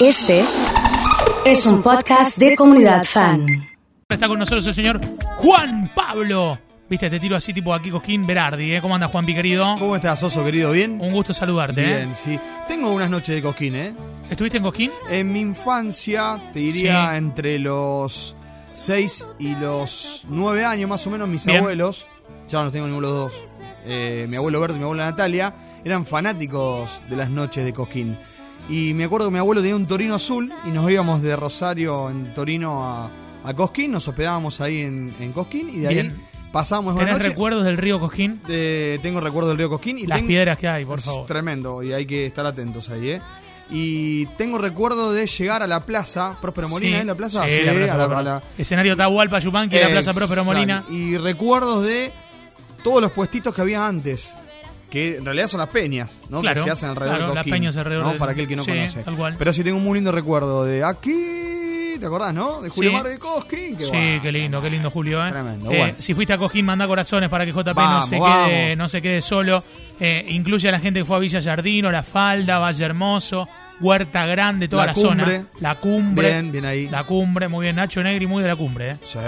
Este es un podcast de comunidad fan. Está con nosotros el señor Juan Pablo. Viste, te tiro así tipo aquí Cosquín Berardi, ¿eh? ¿Cómo andas, Juan querido? ¿Cómo estás, Oso, querido? ¿Bien? Un gusto saludarte, ¿eh? Bien, sí. Tengo unas noches de cosquín, ¿eh? ¿Estuviste en Cosquín? En mi infancia, te diría Sí. entre los 6 y los 9 años, más o menos, mis Bien. abuelos, ya no tengo ninguno de los dos, eh, mi abuelo Berto y mi abuela Natalia, eran fanáticos de las noches de cosquín. Y me acuerdo que mi abuelo tenía un torino azul y nos íbamos de Rosario en Torino a, a Cosquín, nos hospedábamos ahí en, en Cosquín y de ahí Bien. pasábamos una ¿Tenés noche. recuerdos del río Cosquín? Eh, tengo recuerdo del río Cosquín y Las tengo- piedras que hay, por es favor. tremendo y hay que estar atentos ahí, ¿eh? Y tengo recuerdo de llegar a la plaza, Próspero Molina, Sí. ¿eh? La plaza, Sí, Sí, la plaza a la- Próspero. a la- Escenario Tahualpa, Yupanqui, la Plaza Próspero Exacto. Molina. Y recuerdos de todos los puestitos que había antes, que en realidad son las peñas, ¿no? Claro, que se hacen alrededor claro, de las Cosquín, peñas alrededor ¿no? del- Para aquel que no sí, conoce. tal cual. Pero sí tengo un muy lindo recuerdo de aquí, ¿te acordás, no? De Julio Sí. Mario y Cosquín. que sí, bueno. qué lindo, qué lindo, Julio, ¿eh? Tremendo, Eh, bueno. Si fuiste a Cosquín, manda corazones para que JP no, Vamos, se vamos. quede, no se quede solo. Eh, incluye a la gente que fue a Villa Jardino, La Falda, Valle Hermoso, Huerta Grande, toda la, La cumbre. zona. La cumbre. Bien, bien ahí. La cumbre, muy bien. Nacho Negri, muy de la cumbre, ¿eh? Sí,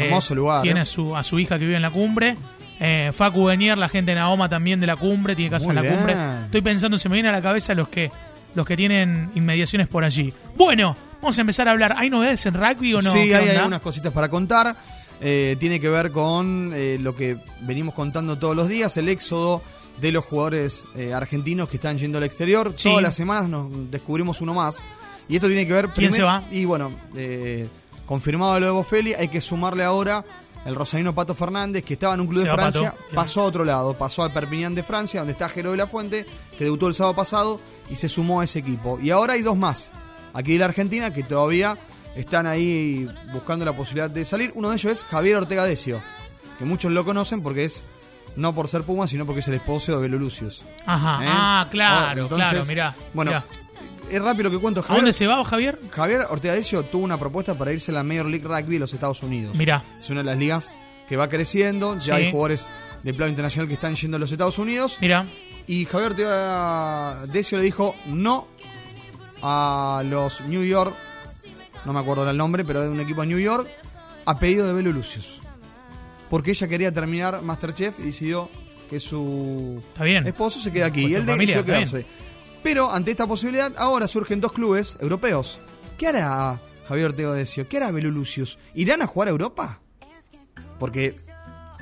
hermoso Eh, lugar. Tiene ¿eh? a, su, a su hija que vive en la cumbre. Eh, Facu Benier, la gente de Naoma también de la cumbre, tiene casa Muy en la bien. cumbre. Estoy pensando, se me vienen a la cabeza los que, los que tienen inmediaciones por allí. Bueno, vamos a empezar a hablar. ¿Hay novedades en rugby o no? Sí, ¿Qué hay onda? algunas cositas para contar. Eh, tiene que ver con eh, lo que venimos contando todos los días, el éxodo de los jugadores eh, argentinos que están yendo al exterior. Sí. Todas las semanas nos descubrimos uno más. Y esto tiene que ver... ¿Quién primer- se va? Y bueno, eh, confirmado lo de Bofelli, hay que sumarle ahora el rosarino Pato Fernández, que estaba en un club Se de va Francia, Pato. Bien. pasó a otro lado, pasó al Perpignan de Francia, donde está Jero de la Fuente, que debutó el sábado pasado y se sumó a ese equipo. Y ahora hay dos más, aquí de la Argentina, que todavía están ahí buscando la posibilidad de salir. Uno de ellos es Javier Ortega Decio, que muchos lo conocen porque es, no por ser Puma, sino porque es el esposo de Belo Lucius. Ajá, ¿Eh? ah, claro, Ah, entonces, claro, mirá. Bueno, mirá. es rápido lo que cuento. ¿A dónde Javier, se va Javier? Javier Ortega Decio tuvo una propuesta para irse a la Major League Rugby de los Estados Unidos. Mirá, Es una de las ligas que va creciendo. Ya Sí. hay jugadores de plano internacional que están yendo a los Estados Unidos. mirá. Y Javier Ortega Decio le dijo no a los New York, no me acuerdo ahora el nombre, pero de un equipo de New York, a pedido de Belo Lucius. Porque ella quería terminar Masterchef y decidió que su Está bien. esposo se queda aquí. Con y tu él familia, decidió está bien. quedarse. Pero ante esta posibilidad, ahora surgen dos clubes europeos. ¿Qué hará Javier Ortega Decio? ¿Qué hará Belo Lucius? ¿Irán a jugar a Europa? Porque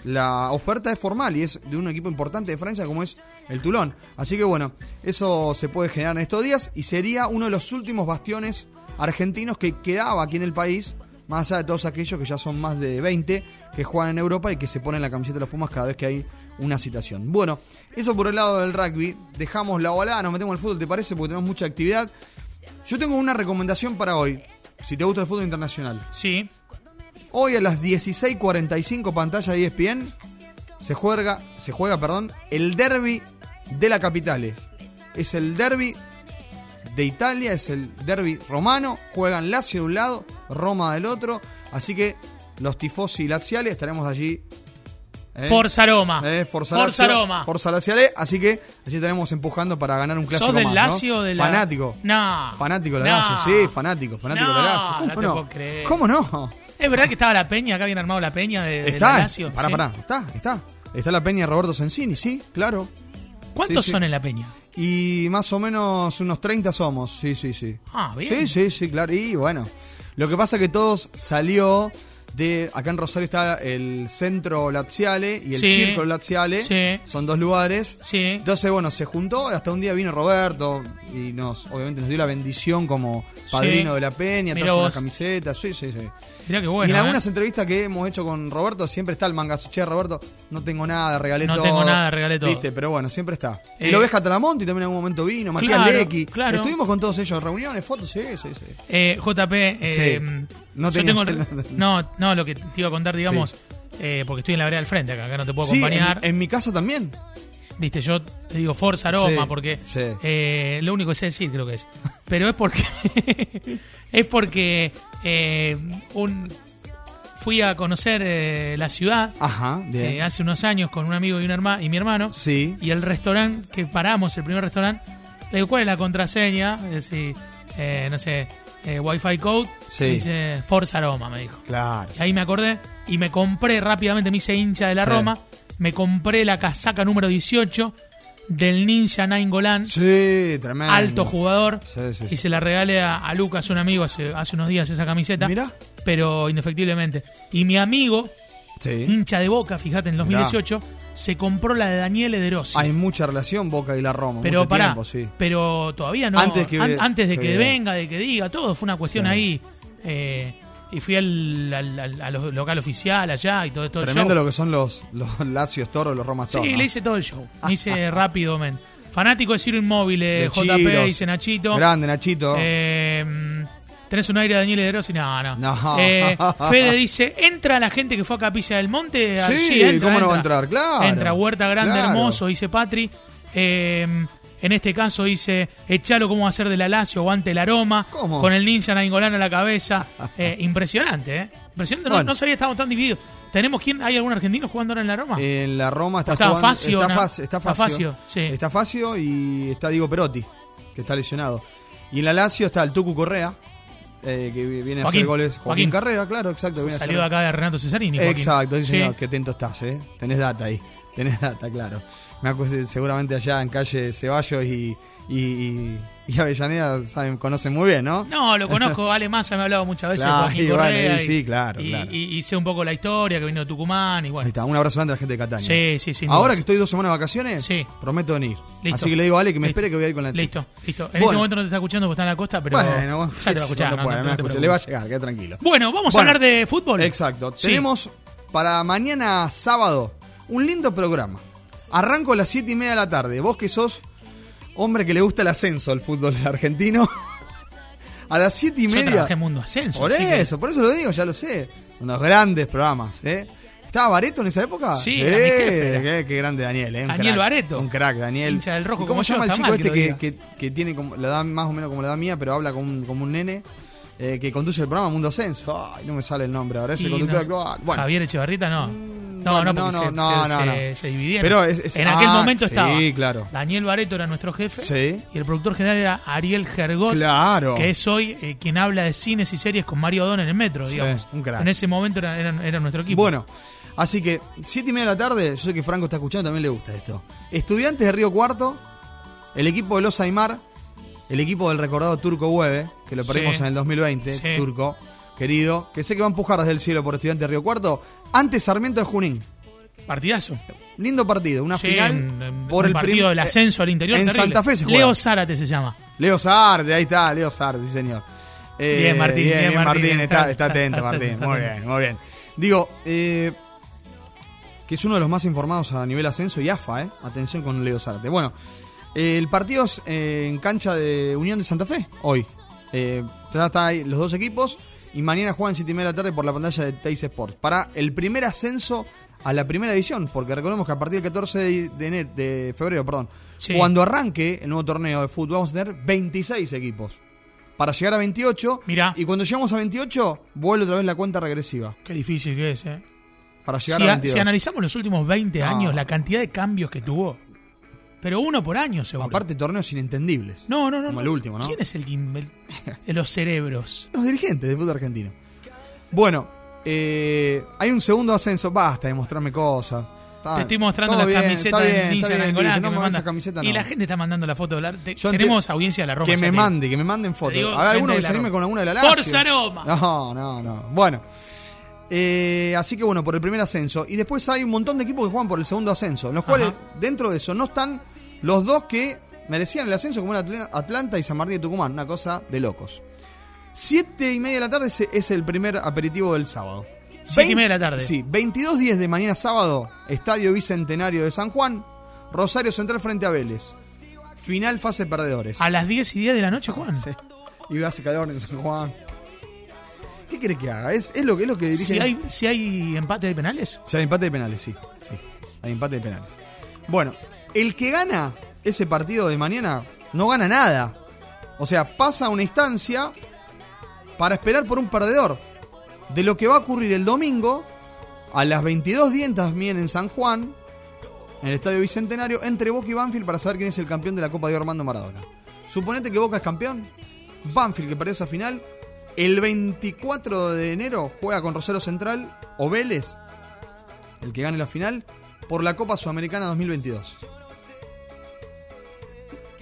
la oferta es formal y es de un equipo importante de Francia como es el Toulon. Así que bueno, eso se puede generar en estos días y sería uno de los últimos bastiones argentinos que quedaba aquí en el país, más allá de todos aquellos que ya son más de 20 que juegan en Europa y que se ponen la camiseta de los Pumas cada vez que hay una citación. Bueno, eso por el lado del rugby. Dejamos la balada, nos metemos al fútbol, ¿te parece? Porque tenemos mucha actividad. Yo tengo una recomendación para hoy, si te gusta el fútbol internacional. Sí, Hoy a las 16.45 pantalla E ESPN se juega, se juega perdón, el derby de la capitale. Es el derby de Italia, es el derby romano. Juegan Lazio de un lado, Roma del otro. Así que los tifosi laziales estaremos allí. ¿eh? Forza Roma. Eh, Forza, Forza Lazio, Roma. Forza Laziale. Así que allí estaremos empujando para ganar un clásico ¿Sos del más, ¿no? Lazio o de la- Fanático. No. Fanático de No. la Lazio, sí, fanático, fanático de No, la Lazio. ¿Cómo no te puedo creer. ¿Cómo no? ¿Es verdad que estaba la peña? Acá bien armado la peña de, de Está, eh, la Lazio, pará, sí. pará, está, está. Está la peña de Roberto Sensini, sí, claro. ¿Cuántos Sí, sí. son en la peña? Y más o menos unos 30 somos, sí, sí, sí. Ah, bien. Sí, sí, sí, claro. Y bueno, lo que pasa que todos salió de... Acá en Rosario está el centro Laziale y el Sí. Circo Laziale. Sí. Son dos lugares. Sí. Entonces, bueno, se juntó, hasta un día vino Roberto y nos, obviamente, nos dio la bendición como padrino Sí. de la peña, Mirá trajo una vos. camiseta, sí, sí, sí. Mirá que bueno. y en ¿eh? algunas entrevistas que hemos hecho con Roberto siempre está el mangazo. Che, Roberto, no tengo nada, regalé No todo. tengo nada, regalé todo. Viste, pero bueno, siempre está. Eh. y lo ves Catalamonti también en algún momento vino, Matías Claro, Lecky. claro. Estuvimos con todos ellos, reuniones, fotos, sí, sí, sí. Eh, JP, eh, Sí. No yo tengo tenías- el- no, no, lo que te iba a contar, digamos, eh, porque estoy en la vereda del frente acá, acá no te puedo Sí, acompañar. en, en mi casa también. Viste, yo te digo Forza Roma Sí, porque sí. eh, lo único que sé decir creo que es. Pero es porque es porque eh, un fui a conocer eh, la ciudad Ajá, Ah, bien. eh, hace unos años con un amigo y, un herma- y mi hermano. sí. Y el restaurante que paramos, el primer restaurante, le digo, ¿cuál es la contraseña? Eh, sí. eh, no sé, eh, Wi-Fi Code. Sí. y Dice Forza Roma, me dijo. Claro. Y ahí me acordé y me compré rápidamente, me hice hincha de la Sí. Roma. Me compré la casaca número 18 del Ninja Nainggolan. Sí, tremendo. Alto jugador. Sí, sí, Y sí. se la regalé a, a Lucas, un amigo, hace, hace unos días esa camiseta. Mirá. Pero indefectiblemente. Y mi amigo, Sí. hincha de Boca, fíjate, en 2018, se compró la de Daniel Ederossi. Hay mucha relación Boca y la Roma. pero mucho pará, tiempo, sí. pero todavía no. Antes que- an- antes de que que vea. venga, de que diga, todo fue una cuestión Sí. ahí. eh, y fui al, al- al- al local oficial allá y todo, todo el show. Tremendo lo que son los, los Lacios Toros, los Romas Sí, Toros. ¿no? le hice todo el show. Me hice rápido, men. Fanático de Ciro Inmóvil, eh, De JP, Chiros. dice Nachito. Grande, Nachito. Eh, ¿Tenés un aire de Daniel Ederossi? No, no. No. Eh, Fede dice, ¿entra la gente que fue a Capilla del Monte? Ah, Sí, ¿cómo no va a entrar? Claro. Entra Huerta Grande, Claro. hermoso, dice Patri. Eh, en este caso dice, echalo cómo va a ser de la Lazio, aguante el aroma, ¿Cómo? con el ninja Nainggolan a la cabeza. Eh, impresionante, ¿eh? Impresionante, no- Bueno. no, sabía estábamos tan divididos. ¿Tenemos quién? ¿Hay algún argentino jugando ahora en la Roma? En la Roma está, Está jugando- Ah. Facio, está, ¿no? Fas- está Está Facio. Facio, sí. Está Facio y está Diego Perotti, que está lesionado. Y en la Lazio está el Tucu Correa, eh, que viene a Joaquín. hacer goles. Joaquín, Joaquín. Carrera, claro, exacto. que viene a Salió de hacer- acá de Renato Cesarini. Joaquín. Exacto, sí, Sí. señor, qué atento estás, ¿eh? Tenés data ahí, tenés data, claro. Me acu- seguramente allá en calle Ceballos y, y, y- y Avellaneda saben, conocen muy bien, ¿no? No, lo conozco, Ale Massa me ha hablado muchas veces de Claro, Joaquín y bueno, Correa y sí, claro, y, claro. y- y sé un poco la historia, que vino de Tucumán y Ahí bueno. está, un abrazo grande a la gente de Cataña. Sí, sí, sin Ahora dudas. que estoy dos semanas de vacaciones, Sí. prometo venir. Listo. Así que le digo a Ale que me Listo. espere que voy a ir con la chica. Listo, listo. En este Bueno. momento no te está escuchando porque está en la costa, pero Bueno, bueno, ya te va a escuchar. no no, puede, no me te escucha, le va a preocupes. llegar, queda tranquilo. Bueno, vamos a Bueno, hablar de fútbol. Exacto. Sí. Tenemos para mañana sábado un lindo programa. Arranco a las 7 y media de la tarde. Vos que sos hombre que le gusta el ascenso al fútbol argentino. A las 7 y Yo media. trabajé en Mundo Ascenso. Por así que- eso, por eso lo digo, ya lo sé. Unos grandes programas, ¿eh? ¿Estaba Bareto en esa época? Sí, Eh, era mi jefe, era. qué, qué grande Daniel, ¿eh? Un Daniel crack, Bareto. Un crack, Daniel. Hincha del rojo ¿Y como ¿Cómo se yo, llama el está chico mal que este que, lo que, que tiene como, la edad más o menos como la edad mía, pero habla como un, como un nene? eh, que conduce el programa Mundo Ascenso. Ay, no me sale el nombre ahora. Es y el conductor no- actual. Bueno, Javier Echevarrita no. No, bueno, no, porque no, se, no, se- no, se- no. se dividieron. Pero es- es- en aquel ah, momento sí, estaba claro. Daniel Bareto era nuestro jefe Sí. y el productor general era Ariel Gergot, claro. que es hoy eh, quien habla de cines y series con Mario Don en el metro, Sí, digamos. un crack. En ese momento era, era- era nuestro equipo. Bueno, así que, siete y media de la tarde, yo sé que Franco está escuchando, también le gusta esto. Estudiantes de Río Cuarto, el equipo de Los Aymar, el equipo del recordado Turco Hueve, que lo Sí. perdimos en el 2020, Sí. Turco, querido, que sé que va a empujar desde el cielo por Estudiantes de Río Cuarto, ante Sarmiento de Junín. partidazo. Lindo partido, una Sí, final un- un por el partido prim- eh, del ascenso al interior. En terrible. Santa Fe se juega. Leo Zárate se llama. Leo Sarde, ahí está, Leo Sarde, sí señor. Eh, Bien, Martín, bien, Martín, está- está, está atento, está Martín. atento, muy está bien, muy bien. Digo, eh, que es uno de los más informados a nivel ascenso y AFA, ¿eh? Atención con Leo Sarde. Bueno, eh, el partido es eh, en cancha de Unión de Santa Fe, hoy. Eh, ya están ahí los dos equipos y mañana juegan 7 y media de la tarde por la pantalla de Teis Sports para el primer ascenso a la primera división, porque recordemos que a partir del 14 de, de enero- de febrero, perdón, Sí. cuando arranque el nuevo torneo de fútbol, vamos a tener 26 equipos para llegar a 28. Mirá. Y cuando llegamos a 28, vuelve otra vez la cuenta regresiva Qué difícil que es, ¿eh? para Si, llegar a- a si 22. analizamos los últimos 20 No. años, la cantidad de cambios que tuvo. Pero uno por año, seguro. Aparte, torneos inentendibles. no, no, no. no. como el último, ¿no? ¿Quién es el, que- el- de los cerebros? Los dirigentes del fútbol argentino. Bueno, eh, hay un segundo ascenso. Basta de mostrarme cosas. Está- Te estoy mostrando Ah, todo las bien, camisetas está de bien, Ninja está bien, Nainggolan dije, que no me me manda. esa camiseta, Y no. la gente está mandando la foto de la te- Yo ente- Tenemos audiencia de la Roma. Que ya me te- mande, que me manden Te fotos. digo, Habrá gente alguno que de la se anime Roma. con alguna de la Lazio. ¡Forza Roma! No, no, no. Bueno. Eh, así que bueno, por el primer ascenso. Y después hay un montón de equipos que juegan por el segundo ascenso. Los cuales, dentro de eso, no están los dos que merecían el ascenso, como era Atl- Atlanta y San Martín de Tucumán. Una cosa de locos. Siete y media de la tarde se- es el primer aperitivo del sábado. Siete y Vein- media de la tarde. Sí, 22.10 de mañana sábado, Estadio Bicentenario de San Juan, Rosario Central frente a Vélez. Final fase perdedores. A las 10 y 10 de la noche, Juan. Sí. Y hace calor en San Juan. ¿Qué crees que haga? Es, es lo, que- es lo que dirige. Si, hay, si hay empate de penales. Si hay empate de penales, sí. sí. Hay empate de penales. Bueno, el que gana ese partido de mañana no gana nada. O sea, pasa a una instancia para esperar por un perdedor. De lo que va a ocurrir el domingo a las 22.10 también en San Juan, en el Estadio Bicentenario, entre Boca y Banfield para saber quién es el campeón de la Copa de Armando Maradona. Suponete que Boca es campeón Banfield, que perdió esa final, el 24 de enero juega con Rosario Central o Vélez, el que gane la final, por la Copa Sudamericana 2022.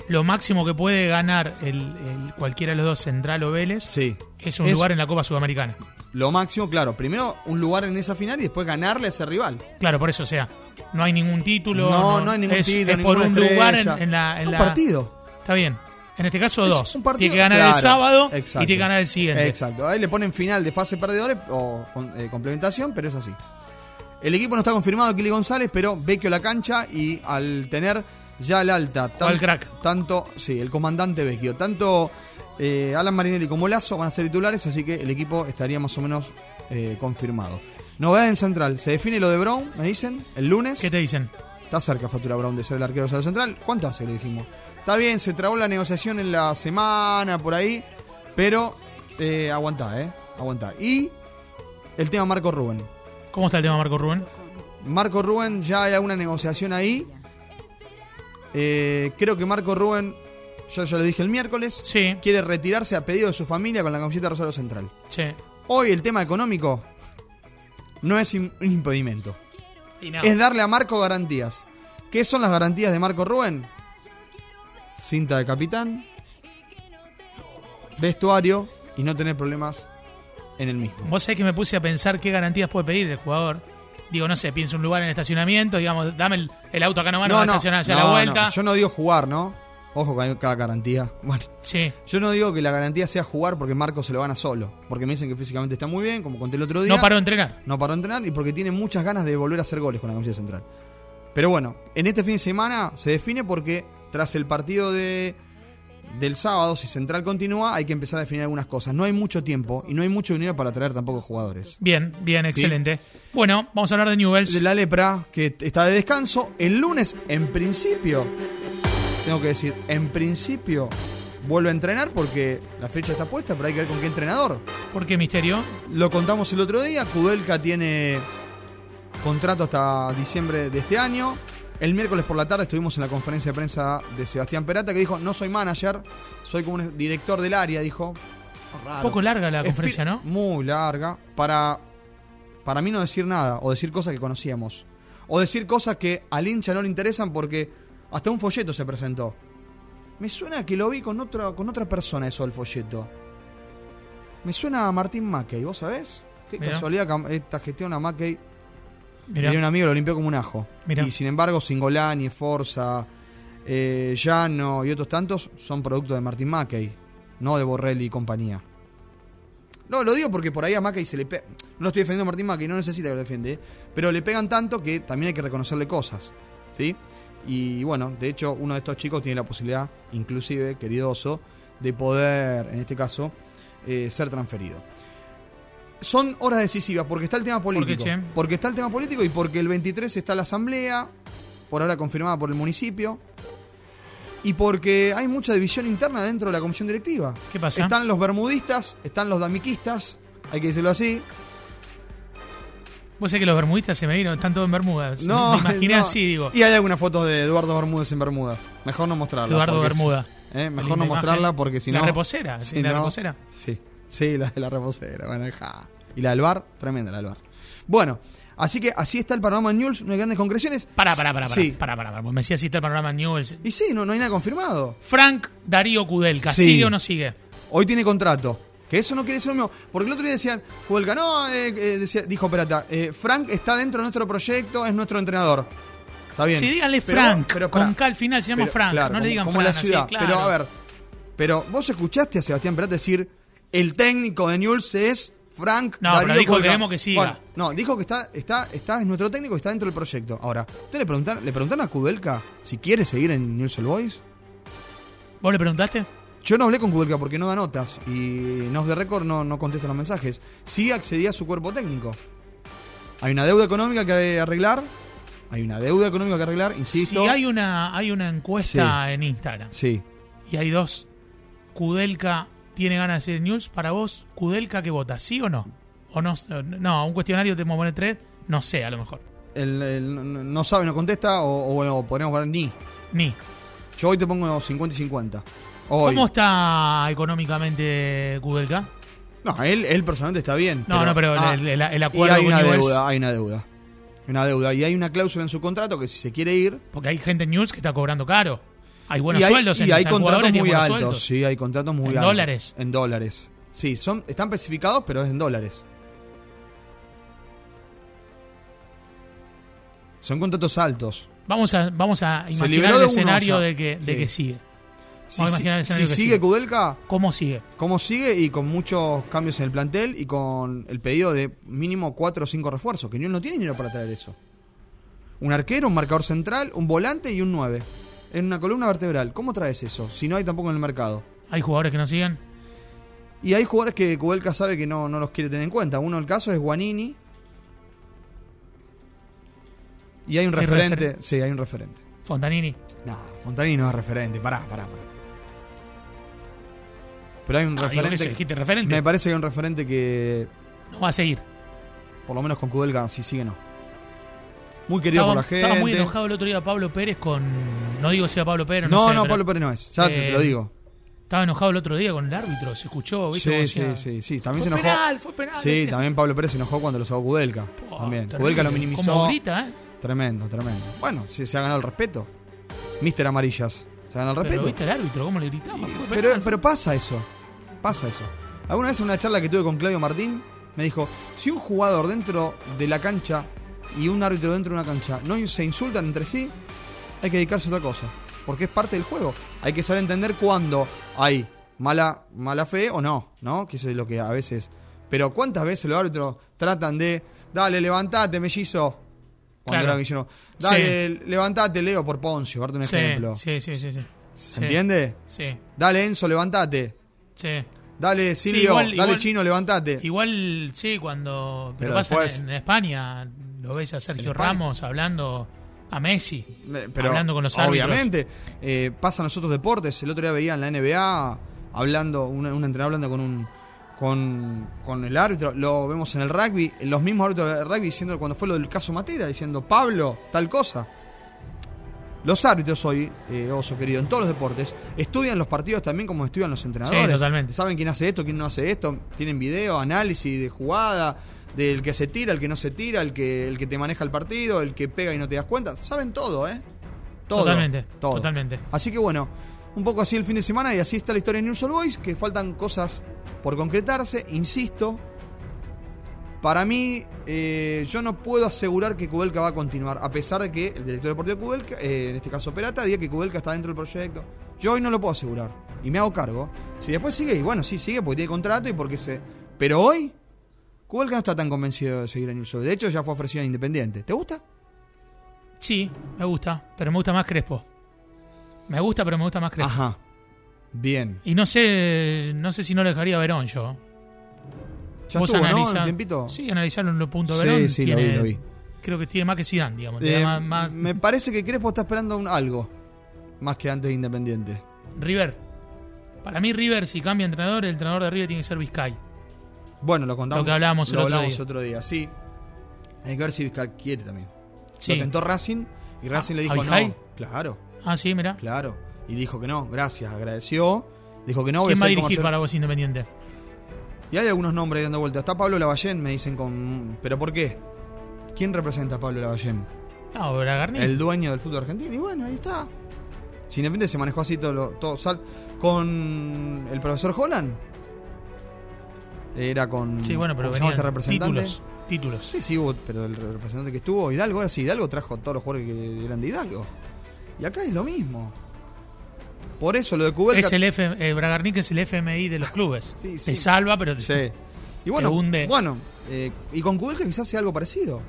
Lo máximo que puede ganar el, el- cualquiera de los dos, Central o Vélez, Sí. es un lugar en la Copa Sudamericana. Lo máximo, claro. Primero un lugar en esa final y después ganarle a ese rival. Claro, por eso, o sea, no hay ningún título. No, no hay ningún es- título, Es por ninguna un lugar en, estrella. en la. en un la- partido. Está bien. En este caso, Es dos. un partido, Tiene que ganar claro, el sábado exacto. y tiene que ganar el siguiente. Exacto. Ahí le ponen final de fase perdedores o con- eh, complementación, pero es así. El equipo no está confirmado, Kili González, pero Vecchio la cancha y al tener ya el alta. tan- al crack. Tanto, sí, el comandante Vecchio. Tanto eh, Alan Marinelli como Lazo van a ser titulares, así que el equipo estaría más o menos eh, confirmado. Novedad en Central. Se define lo de Brown, me dicen, el lunes. ¿Qué te dicen? Está cerca Fatura Brown de ser el arquero de Rosario Central. ¿Cuánto hace? Le dijimos. Está bien, se trabó la negociación en la semana, por ahí. Pero eh, aguantá, ¿eh? Aguantá. Y el tema Marco Rubén. ¿Cómo está el tema, Marco Rubén? Marco Rubén, ya hay alguna negociación ahí. Eh, creo que Marco Rubén, yo ya lo dije el miércoles, Sí, quiere retirarse a pedido de su familia con la camiseta de Rosario Central. sí. Hoy el tema económico no es im- un impedimento. Y nada. es darle a Marco garantías. ¿Qué son las garantías de Marco Rubén? Cinta de capitán, vestuario y no tener problemas en el mismo. Vos sabés que me puse a pensar qué garantías puede pedir el jugador. Digo, no sé, pienso un lugar en estacionamiento, digamos, dame el, el auto acá nomás, no, no, estacionar ya a no, la no, vuelta. yo no digo jugar, ¿no? Ojo con cada garantía. Bueno, Sí. yo no digo que la garantía sea jugar porque Marco se lo gana solo. Porque me dicen que físicamente está muy bien, como conté el otro día. No paró de entrenar. no paró de entrenar y porque tiene muchas ganas de volver a hacer goles con la camiseta central. Pero bueno, en este fin de semana se define porque tras el partido de del sábado, si Central continúa, hay que empezar a definir algunas cosas. No hay mucho tiempo y no hay mucho dinero para traer tampoco jugadores. Bien, bien, excelente. Bueno, vamos a hablar de Newells. De la lepra, que t- está de descanso, el lunes, en principio, tengo que decir, en principio vuelve a entrenar porque la fecha está puesta, pero hay que ver con qué entrenador. ¿Por qué misterio? Lo contamos el otro día, Kudelka tiene contrato hasta diciembre de este año. El miércoles por la tarde estuvimos en la conferencia de prensa de Sebastián Perata que dijo, no soy manager, soy como un director del área, dijo. Un poco larga la conferencia, Espi- ¿no? Muy larga. Para, para mí no decir nada, o decir cosas que conocíamos. O decir cosas que al hincha no le interesan porque hasta un folleto se presentó. Me suena que lo vi con otra, con otra persona eso el folleto. Me suena a Martín Mackey, ¿vos sabés? Qué Mirá. casualidad que esta gestión a Mackey. Mirá. Tenía un amigo, lo limpió como un ajo. Mirá. Y sin embargo, Singolani, Forza, eh, Llano y otros tantos son producto de Martín Mackey, no de Borrelli y compañía. No, lo digo porque por ahí a Mackey se le pega. No lo estoy defendiendo a Martín Mackey, no necesita que lo defiende. ¿eh? Pero le pegan tanto que también hay que reconocerle cosas. ¿Sí? Y bueno, de hecho, uno de estos chicos tiene la posibilidad, inclusive, querido oso, de poder, en este caso, eh, ser transferido. Son horas decisivas porque está el tema político. che? porque está el tema político y porque el 23 está la asamblea, por ahora confirmada por el municipio, y porque hay mucha división interna dentro de la comisión directiva. ¿Qué pasa? Están los bermudistas, están los damiquistas, hay que decirlo así. Vos sabés que los bermudistas se me vieron, están todos en Bermudas. No, me imaginé no. así, digo. Y hay algunas fotos de Eduardo Bermúdez en Bermudas. Mejor no mostrarla. Eduardo porque- Bermuda. eh, Linda Mejor no imagen. mostrarla porque si no. La reposera, sí, si la no- reposera. Sí, sí, la de la reposera. Bueno, ja. Y la del bar, tremenda la del bar. Bueno, así que así está el panorama en News, no hay grandes concreciones. Pará, pará, pará, pará, Sí. pará, pará, pará. Vos Me decía así está el panorama en Newells. Y sí, no, no hay nada confirmado. Frank Darío Kudelka, Sí. ¿sigue o no sigue? Hoy tiene contrato. Que eso no quiere decir lo mismo. Porque el otro día decían, Juelca, no, eh, eh, decía- dijo Perata, eh, Frank está dentro de nuestro proyecto, es nuestro entrenador. Está bien. Sí, díganle Pero- Frank, pero pará. con K al final se llama Pero, Frank, claro, no le como- digan como Frank, la ciudad. así, claro. Pero a ver, pero vos escuchaste a Sebastián Peralta decir el técnico de Newell's es Frank No, pero Darío dijo que Cuelga". queremos que siga. Bueno, no, dijo que está, está, está, es nuestro técnico y está dentro del proyecto. Ahora, ¿usted le preguntaron, le preguntaron a Kudelka si quiere seguir en Newell's Old Boys? ¿Vos le preguntaste? Yo no hablé con Kudelka porque no da notas y Nos de Record no, no contesta los mensajes. Sí accedía a su cuerpo técnico. Hay una deuda económica que arreglar. Hay una deuda económica que arreglar, insisto. Si hay una, hay una encuesta en Instagram Sí. y hay dos, Kudelka tiene ganas de decir news, para vos, Kudelka que vota, ¿sí o no? O no, no, a un cuestionario te poner tres, no sé, a lo mejor. El- el no- no no sabe, no contesta o, o, o podríamos poner ni. Ni. Yo hoy te pongo 50 y 50. Hoy. ¿Cómo está económicamente Kudelka? No, él, él personalmente está bien. Ah. No, no, pero el- el- el y acuerdo hay con una Newell's- deuda, hay una deuda. Una deuda. Y hay una cláusula en su contrato que si se quiere ir. Porque hay gente en News que está cobrando caro. Hay buenos y hay, sueldos en y hay los jugadores, contratos tienen muy buenos altos. sueldos. Sí, hay contratos muy ¿En altos. dólares? En dólares. Sí, son, están especificados, pero es en dólares. Son contratos altos. Vamos a, vamos a imaginar liberó el de uno escenario ya. de que, de Sí. que sigue. Si, Vamos a imaginar el si escenario que sigue sigue. Kudelka, ¿Cómo sigue? ¿cómo sigue? Y con muchos cambios en el plantel y con el pedido de mínimo 4 o 5 refuerzos, que Newell no tiene dinero para traer eso. Un arquero, un marcador central, un volante y un 9. En una columna vertebral. ¿Cómo traes eso? Si no hay tampoco en el mercado. ¿Hay jugadores que no siguen? Y hay jugadores que Kudelka sabe que no, no los quiere tener en cuenta. Uno el caso es Guanini. Y hay un Hay referente. refer- sí, hay un referente. Fontanini. No, Fontanini no es referente. Pará, pará, pará. Pero hay un Ah, digo, ¿qué se referente. dijiste, referente? Me parece que hay un referente que, No va a seguir. por lo menos con Kudelka, si sigue, no. Muy querido Estaba, por la gente. estaba muy enojado el otro día Pablo Pérez con. No digo si era Pablo Pérez, no, no, sé, no, pero Pablo Pérez no es. Ya te, Eh, te lo digo. Estaba enojado el otro día con el árbitro, se escuchó, ¿viste? Sí, Como sí, decía, sí, sí. También fue se enojó. penal, fue penal. sí, decía. también Pablo Pérez se enojó cuando lo sacó Kudelka. Pua, también. terrible. Kudelka lo minimizó. Como grita, ¿eh? Tremendo, tremendo. Bueno, se, se ha ganado el respeto. Mister Amarillas. Se ha ganado el Pero respeto. viste el árbitro, ¿cómo le gritaba? Fue Pero, penal. pero pasa eso. Pasa eso. Alguna vez en una charla que tuve con Claudio Martín, me dijo: si un jugador dentro de la cancha y un árbitro dentro de una cancha no se insultan entre sí, hay que dedicarse a otra cosa. Porque es parte del juego. Hay que saber entender cuándo hay mala, mala fe o no, ¿no? Que eso es lo que a veces. Pero ¿cuántas veces los árbitros tratan de. Dale, levantate, mellizo. Cuando Claro. era Guillermo. Dale, levantate, Leo, por Poncio, darte un Sí, ejemplo. Sí, sí, sí. sí. ¿Se Sí, entiende? Sí, Dale, Enzo, levantate. sí. Dale, Silvio, igual- dale, igual- Chino, levantate. Igual, sí, cuando. Pero, Pero pasa después- en, en España, lo ves a Sergio España? Ramos hablando a Messi, Me- Pero, hablando con los árbitros. Obviamente, eh, pasan los otros deportes. El otro día veía en la NBA hablando, un, un entrenador hablando con un con, con el árbitro. Lo vemos en el rugby, los mismos árbitros del rugby diciendo cuando fue lo del caso Matera, diciendo Pablo, tal cosa. Los árbitros hoy, eh, oso querido, en todos los deportes, estudian los partidos también como estudian los entrenadores. totalmente. Saben quién hace esto, quién no hace esto. Tienen video, análisis de jugada, del que se tira, el que no se tira, el que, el que te maneja el partido, el que pega y no te das cuenta. Saben todo, ¿eh? Todo. Totalmente, todo. totalmente. Así que bueno, un poco así el fin de semana y así está la historia en News All Boys, que faltan cosas por concretarse, insisto. Para mí, eh, yo no puedo asegurar que Kubelka va a continuar, a pesar de que el director deportivo de Kubelka, eh, en este caso Perata, diga que Kubelka está dentro del proyecto. Yo hoy no lo puedo asegurar y me hago cargo. Si después sigue, y bueno, sí, sigue porque tiene contrato y porque se. Pero hoy, Kubelka no está tan convencido de seguir en News All Boys. De hecho, ya fue ofrecido a Independiente. ¿Te gusta? Sí, me gusta, pero me gusta más Crespo. Me gusta, pero me gusta más Crespo. Ajá. Bien. Y no sé, no sé si no lo dejaría a Verón yo. Ya Vos estuvo, ¿no? analizá- Un tiempito. Eh, Sí, analizaron los puntos Sí, Verón. sí, lo tiene- vi, lo vi. Creo que tiene más que Zidane, digamos. Eh, tiene más, más- Me parece que Crespo está esperando un algo. Más que antes de Independiente. River. Para mí River, si cambia entrenador, el entrenador de River tiene que ser Vizcay. Bueno, lo contamos. Lo que hablábamos el lo otro hablamos día. otro día, sí. Hay que ver si Vizcar quiere también. Sí. Ah, Lo tentó Racing y Racing ¿A- le a dijo Vizcay? no. Claro, Ah, sí, mira. claro. Y dijo que no, gracias, agradeció. Dijo que no. voy ¿Quién va a saber cómo dirigir hacer- para vos Independiente? Y hay algunos nombres ahí dando vuelta. Está Pablo Lavallén, me dicen con... ¿Pero por qué? ¿Quién representa a Pablo Lavallén? Ah, Bragarni. el dueño del fútbol argentino. Y bueno, ahí está. Si Independiente se manejó así todo, lo- todo sal, con el profesor Holland. Era con. Sí, bueno, pero ¿cómo se llama venían este representante? títulos. Títulos. Sí, sí, hubo- pero el representante que estuvo, Hidalgo, ahora sí, Hidalgo trajo a todos los jugadores que eran de Hidalgo. Y acá es lo mismo. Por eso lo de Cubelca. Es el F, eh, Bragarnik es el FMI de los clubes. Sí, sí. Te salva, pero te- Sí. Y bueno, Te hunde. bueno eh, y con Kudelka quizás sea algo parecido.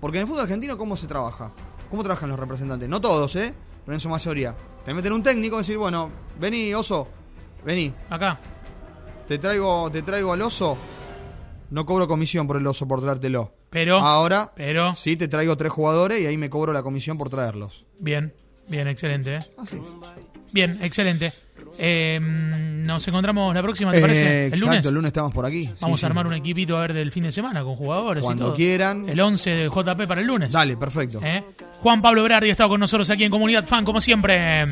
Porque en el fútbol argentino, ¿cómo se trabaja? ¿Cómo trabajan los representantes? No todos, ¿eh? Pero en su mayoría. Te meten un técnico y decir, bueno, vení, oso, vení, acá. te traigo, te traigo al oso. No cobro comisión por el oso por traértelo. Pero, Ahora pero, sí te traigo tres jugadores y ahí me cobro la comisión por traerlos. bien, bien, excelente. eh. Así es. Bien, excelente. Eh, nos encontramos la próxima, ¿te parece? Eh, el exacto, lunes. el lunes estamos por aquí. Vamos Sí, a sí. armar un equipito a ver del fin de semana con jugadores. y Cuando todo. quieran. El 11 de JP para el lunes. Dale, perfecto. ¿Eh? Juan Pablo Berardi ha estado con nosotros aquí en Comunidad Fan, como siempre.